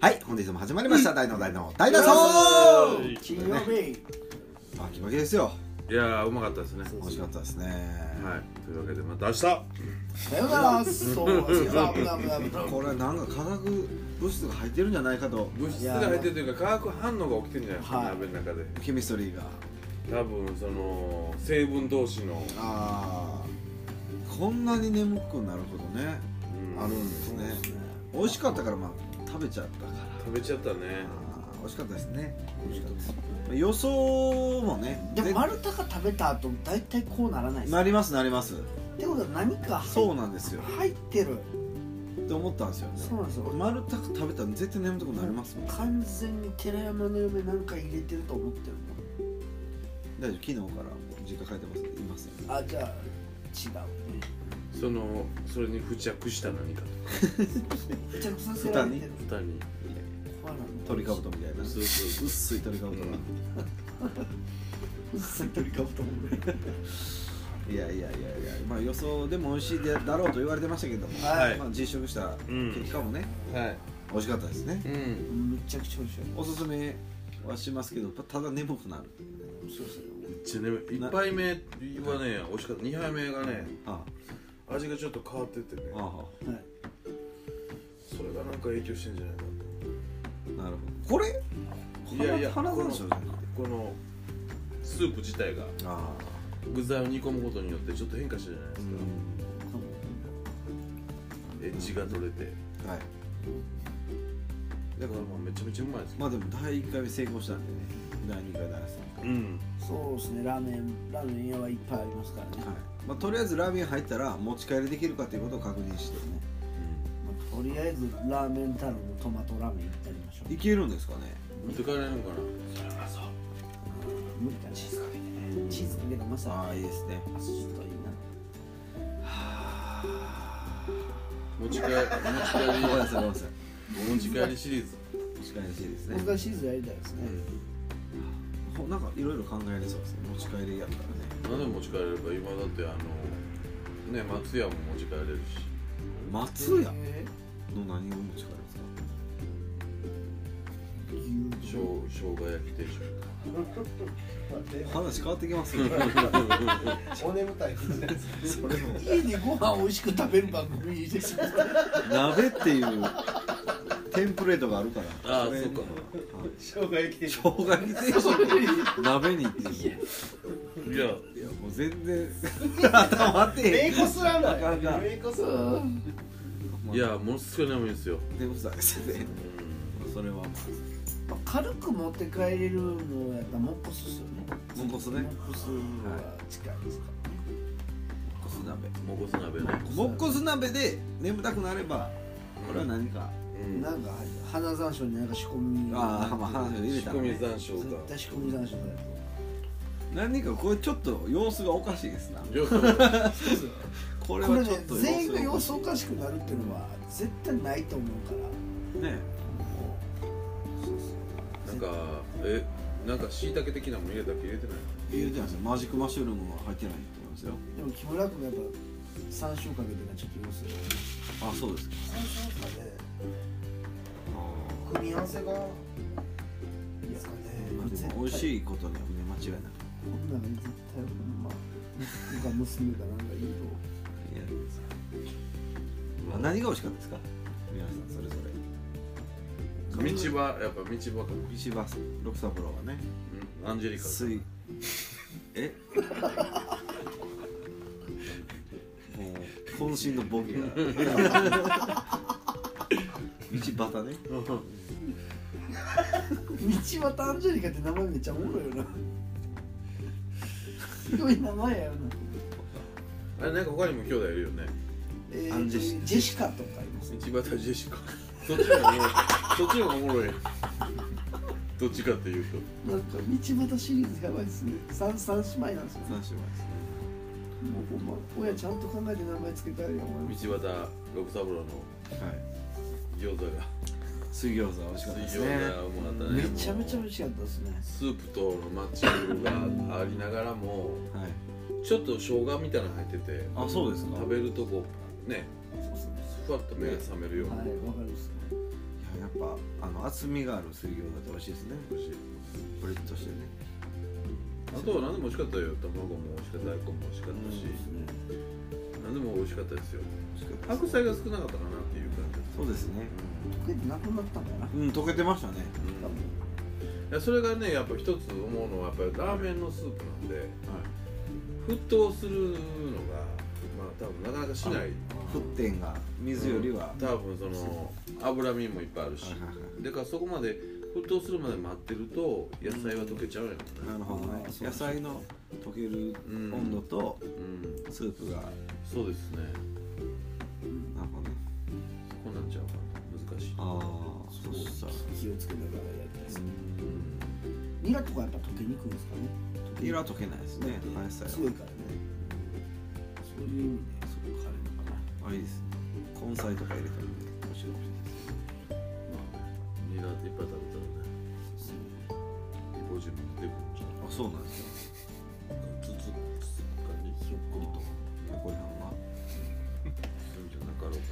はい、本日も始まりました、大の大の大脱走は金曜日バキバキですよ。いやーうまかったですねそう美味しかったですね。はいというわけでまた明日さよならそうブラブラブラブラこれなんか化学物質が入ってるんじゃないかと、物質が入ってるというか化学反応が起きてるんじゃないですか、はい鍋の中でケミストリーが。多分その成分同士の、あー、こんなに眠くなるほどね、うんあるんですね。美味しかったから、まあ、食べちゃったから。食べちゃったねあー美味しかったですね。美味しかったです。予想もね、でもぜ丸太が食べた後大体こうならないですなっりますなります。てことは何かそう入なんですよ。入ってるって思ったんですよね。そうなんですよ俺丸太食べたら絶対眠たくなりますもん。完全に寺山の嫁なんか入れてると思ってる大丈夫昨日から実家帰ってますいますよもんあじゃあ違うねそのそれに付着した何かと付着させられてる蓋にコアラの鳥かぶとみたいなそうそう薄い鳥かぶとが、うっすら 鳥かぶと思ういやいやいやいやまあ予想でも美味しいでだろうと言われてましたけども、はいまあ、実食したうん結果もね、はい美味しかったですねうんめちゃくちゃ美味しいおすすめはしますけどただ眠くなるそうですよめっちゃ眠い一杯目はね美味しかった二杯目がねあ味がちょっと変わっててねああはいそれがなんか影響してんじゃないかなあなるほどこれいやいや花花山椒じゃなくてこのスープ自体がああ具材を煮込むことによってちょっと変化したじゃないですか、エッジが取れてはいだからまあめちゃめちゃうまいですけどまあでも第1回目成功したんでね第2回第3回うんそうですねラーメンラーメン屋はいっぱいありますからねはいまあ、とりあえずラーメン入ったら持ち帰りできるかということを確認してねまあとりあえずラーメン太郎のトマトラーメン行ってやりましょういけるんですかね持って帰れるのかな無理かなチーズかけてチーズかけてまさああいいですねあちょっといいな持ち帰りごめんなさいごめんなさい持ち帰り持ち帰 りシリーズ持ち帰りしいですね僕はチーズやりたいですね、ほなんかいろいろ考えれそうですね持ち帰りやったらね何でも持ち帰れれば今だってあのね松屋も持ち帰れるし松屋えの何を持ち帰るんですかー牛し丼ょう生姜焼き定食話変わってきますよ骨 舞台みたいなそれも家でご飯美味しく食べる番組いいですよ鍋っていうテンプレートがあるからああれそうかはい生姜焼き定生食姜に定食鍋にっていういやいやもう全然頭張ってへメんイコスラなかなかーメイコスラーメいやものすごい眠いんですよ、でもさですねうそれはまあまあ軽く持って帰れるのやったらモッコスですよねモッコスねモッコスは近いですからね、モッコス鍋ん、もこす鍋ねモッコス鍋で眠たくなればこれは何かうんなんか花山椒になんか仕込みああまあ話を入れ仕た込らみね山椒絶か対仕込み山椒だよ何かこれちょっと様子がおかしいですな料理これこれはねちょっと全員が様様子子おかしくなるっていうのは絶対ないと思うからねなんかえなんかしいたけ的なもん入れたっけ入れてない入れてないですよマジックマッシュルームは入ってないと思いますよでも木村君がやっぱ3週かけてちょっと様子あそうですかイ組み合わせがいいですかねまあでも美味しいことにはね間違いなくこんなの絶対ほんま僕は娘かなんかいいやるんですよあ何が美味しかったですか皆さんそれぞれ道場やっぱ道場かも、石橋六三郎はねうん、アンジェリカ水えもう渾身のボケが道端ねと道端アンジェリカって名前めっちゃおもろ いよなすごい名前やよなあれなんか他にも兄弟いるよねえーとアンジェシカジェシカとかいます道端ジェシカそっちの方がおもろいそっちの方がおもろいどっちかっていうとなんか道端シリーズやばいっすね三三姉妹なんですよね三姉妹ですねもうほんま親ちゃんと考えて名前つけたいよ思います道端六三郎のはい餃子が水餃子美味しかったです水ね餃子はうまかったねめちゃめちゃもう美味しかったですねスープとのマッチングがありながらもはいちょっと生姜みたいなの入っててあそうですか食べるとこねそうそうふわっと目が覚めるような、はいわかるっすねいややっぱあの厚みがある水餃子って美味しいですね美味しいプリッとしてねあとは何でも美味しかったよ卵も美味しかった大根も美味しかったし、何でも美味しかったですよ美味しかったで白す菜が少なかったかなっていう感じですそうですね食えてなくなったんだよなうん溶けてましたねうんいやそれがねやっぱ一つ思うのはやっぱりラーメンのスープなんでは沸騰するのがまあ多分なかなかしないい沸点が水よりは、多分その脂身もいっぱいあるしはいはいはいだからそこまで沸騰するまで待ってると野菜は溶けちゃうやんねなるほどねあーそう野菜の溶けるうん温度とうんスープが、そうですねなんかねそこなんちゃうかな難しいああそしたら気をつけながらやりたいですねうんニラとかやっぱ溶けにくいんですかねニラは溶けないですね高橋菜すごいからねそういう意味でそこ変わるのかなはあいいですね根菜とか入れたらね美味しいかもしれないですまあニラいっぱい食べたらねリポジンも出てくるんちゃあうそうなんですよつつつ感じひょっこりと横山はするんじゃなかろうか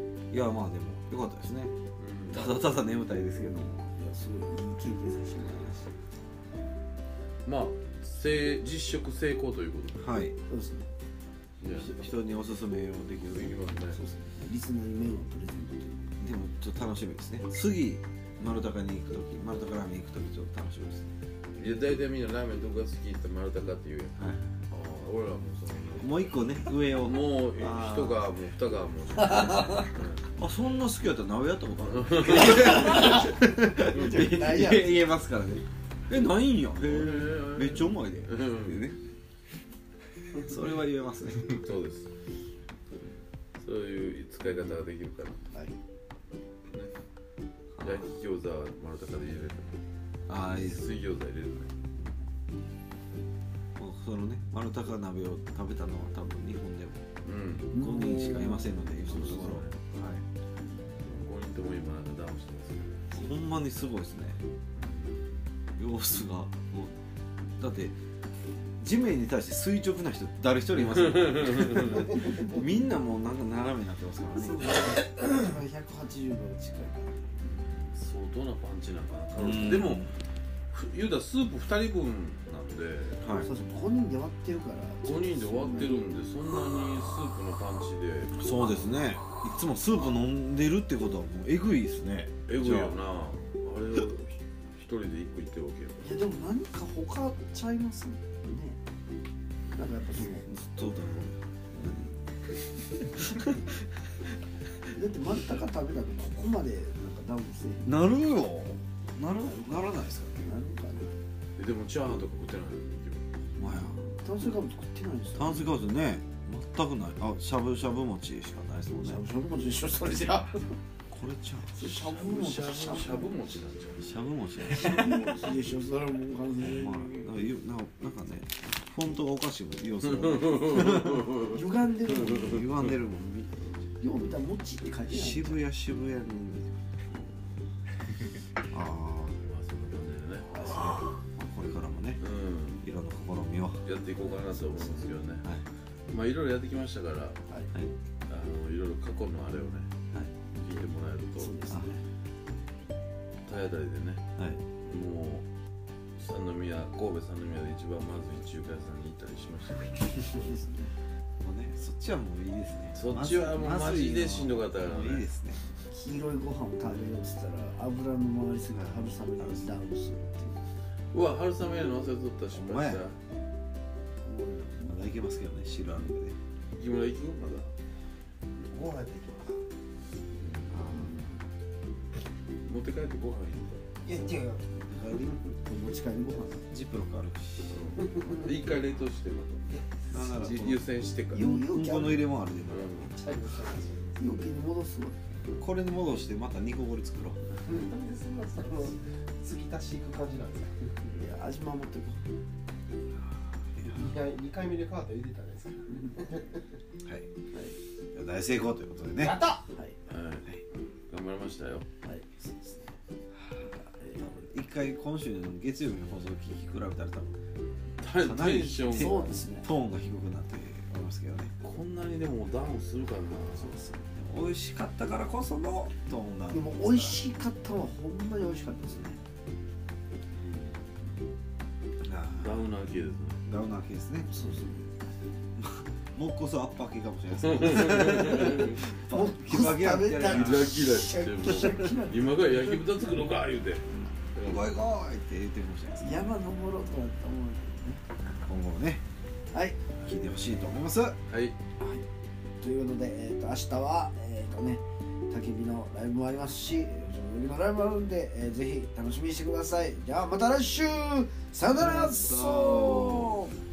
いやまあでも良かったですねうんただただ眠たいですけどもいやすごいいい経験させてもらいましたまあ成実食成功ということではいそうですねいや人におすすめをできるいいわねそうですねリスナーにメロンプレゼントというでもちょっと楽しみですね次丸高に行く時丸高ラーメン行く時ちょっと楽しみですねいや大体みんなラーメンどこが好きって言ったら丸高って言うやんはいああ俺らももう一個ね上そをのもうあー人がもう二がもうあそんな好きやったら鍋やったことある いやないやろ言えますからねえないんやへえめっちゃうまいでうでんねそれは言えますねそうですそういう使い方ができるからねはい焼き餃子は丸高で入れるああいいです水餃子入れるねもうそのね丸高鍋を食べたのは多分日本でもうん5人しかいませんので今そうのそとこうろは5人とも今なんかダウンしてますけどいほんまにすごいですね様子がもうだって地面に対して垂直な人誰一人いま せんみんなもうなんか斜めになってますからね180度近いから相当なパンチなんかな、うんでもふ言うたらスープ2人分なんではいそうそう5人で割ってるから5人で終わってるんでそんなにスープのパンチでそうですねいつもスープ飲んでるってことはもうえぐいですねえぐいよじなあれをひ一人で一個いってるわけやかいやでも何か他ちゃいますねなんかやっぱそのどうだろだって丸高食べたらここまでなんかダウンせえへんうなるよなるならないですかなるかならえでもチャーハンとか食ってないまのあや炭水化物食ってないんですよ炭水化物ね全くないあしゃぶしゃぶ餅しかないですもんねしゃぶしゃぶも一緒それじゃこれちゃうしゃぶ今も日しゃぶしゃぶしゃもぶ餅なんじゃしゃぶ餅やしゃぶも一緒それもう完全まあになんかゆなんかなんかねフォントがおかしいもん要素が歪んでるのに歪んでるもんみよう見たら「もち」って書いてない渋谷渋谷にああまあそんな感じでねこれからもねういろんな試みをはんやっていこうかなと思うんですけどねいまあいろいろやってきましたからはいはいあのいろいろ過去のあれをねはい聞いてもらえるとそうですね体当たりでねはいもう三宮神戸三宮で一番まずい中華屋さんに行ったりしましたけどそうですねもうねそっちはもういいですねそっちはもうマジでしんどかったからねもういいですね黄色いご飯を食べようっつったら油の回りすぎて春雨がダウンするっていううわ春雨やるの忘れとった失お敗した前まだいけますけどね白雨で木村行くまだご飯できます持って帰ってご飯いや違う持ち帰りご飯ジップロックあるし行くからで一回冷凍してまなんならたこの湯煎してから、うよん、うよううんこの入れもあるでチャイムした感じ余計に戻すわこれに戻してまた2個り作ろうなんでそんなその継ぎ足していく感じなんですかいや味守ってこ2回二回目でカード入れたんですかはいいや大成功ということでねやったうはいはい頑張りましたよはいそうですね一回今週の月曜日の放送を聞き比べたら多分テンテンションそがうですねトーンが低くなっておりますけどねこんなにでもダウンするかなそうですねでも美味しかったからこそのと思うなでも美味しかったのはほんまに美味しかったですねあダウナー系ですねーダウナー系ですねそうそうもうこそアッパー系かもしれないですけど もうギバギバってやるやんギラギラしてもシャキシャう今から焼き豚作ろうか言うてゴイゴイって言ってるかもしれないですキね山登ろうとかって思うけ今後もねどねはい聞いてほしいと思いますはいということで、えー、と明日は、えーとね、焚き火のライブもありますし夜のライブもあるんで、えーぜひ楽しみにしてくださいじゃあまた来週さよさならよならそう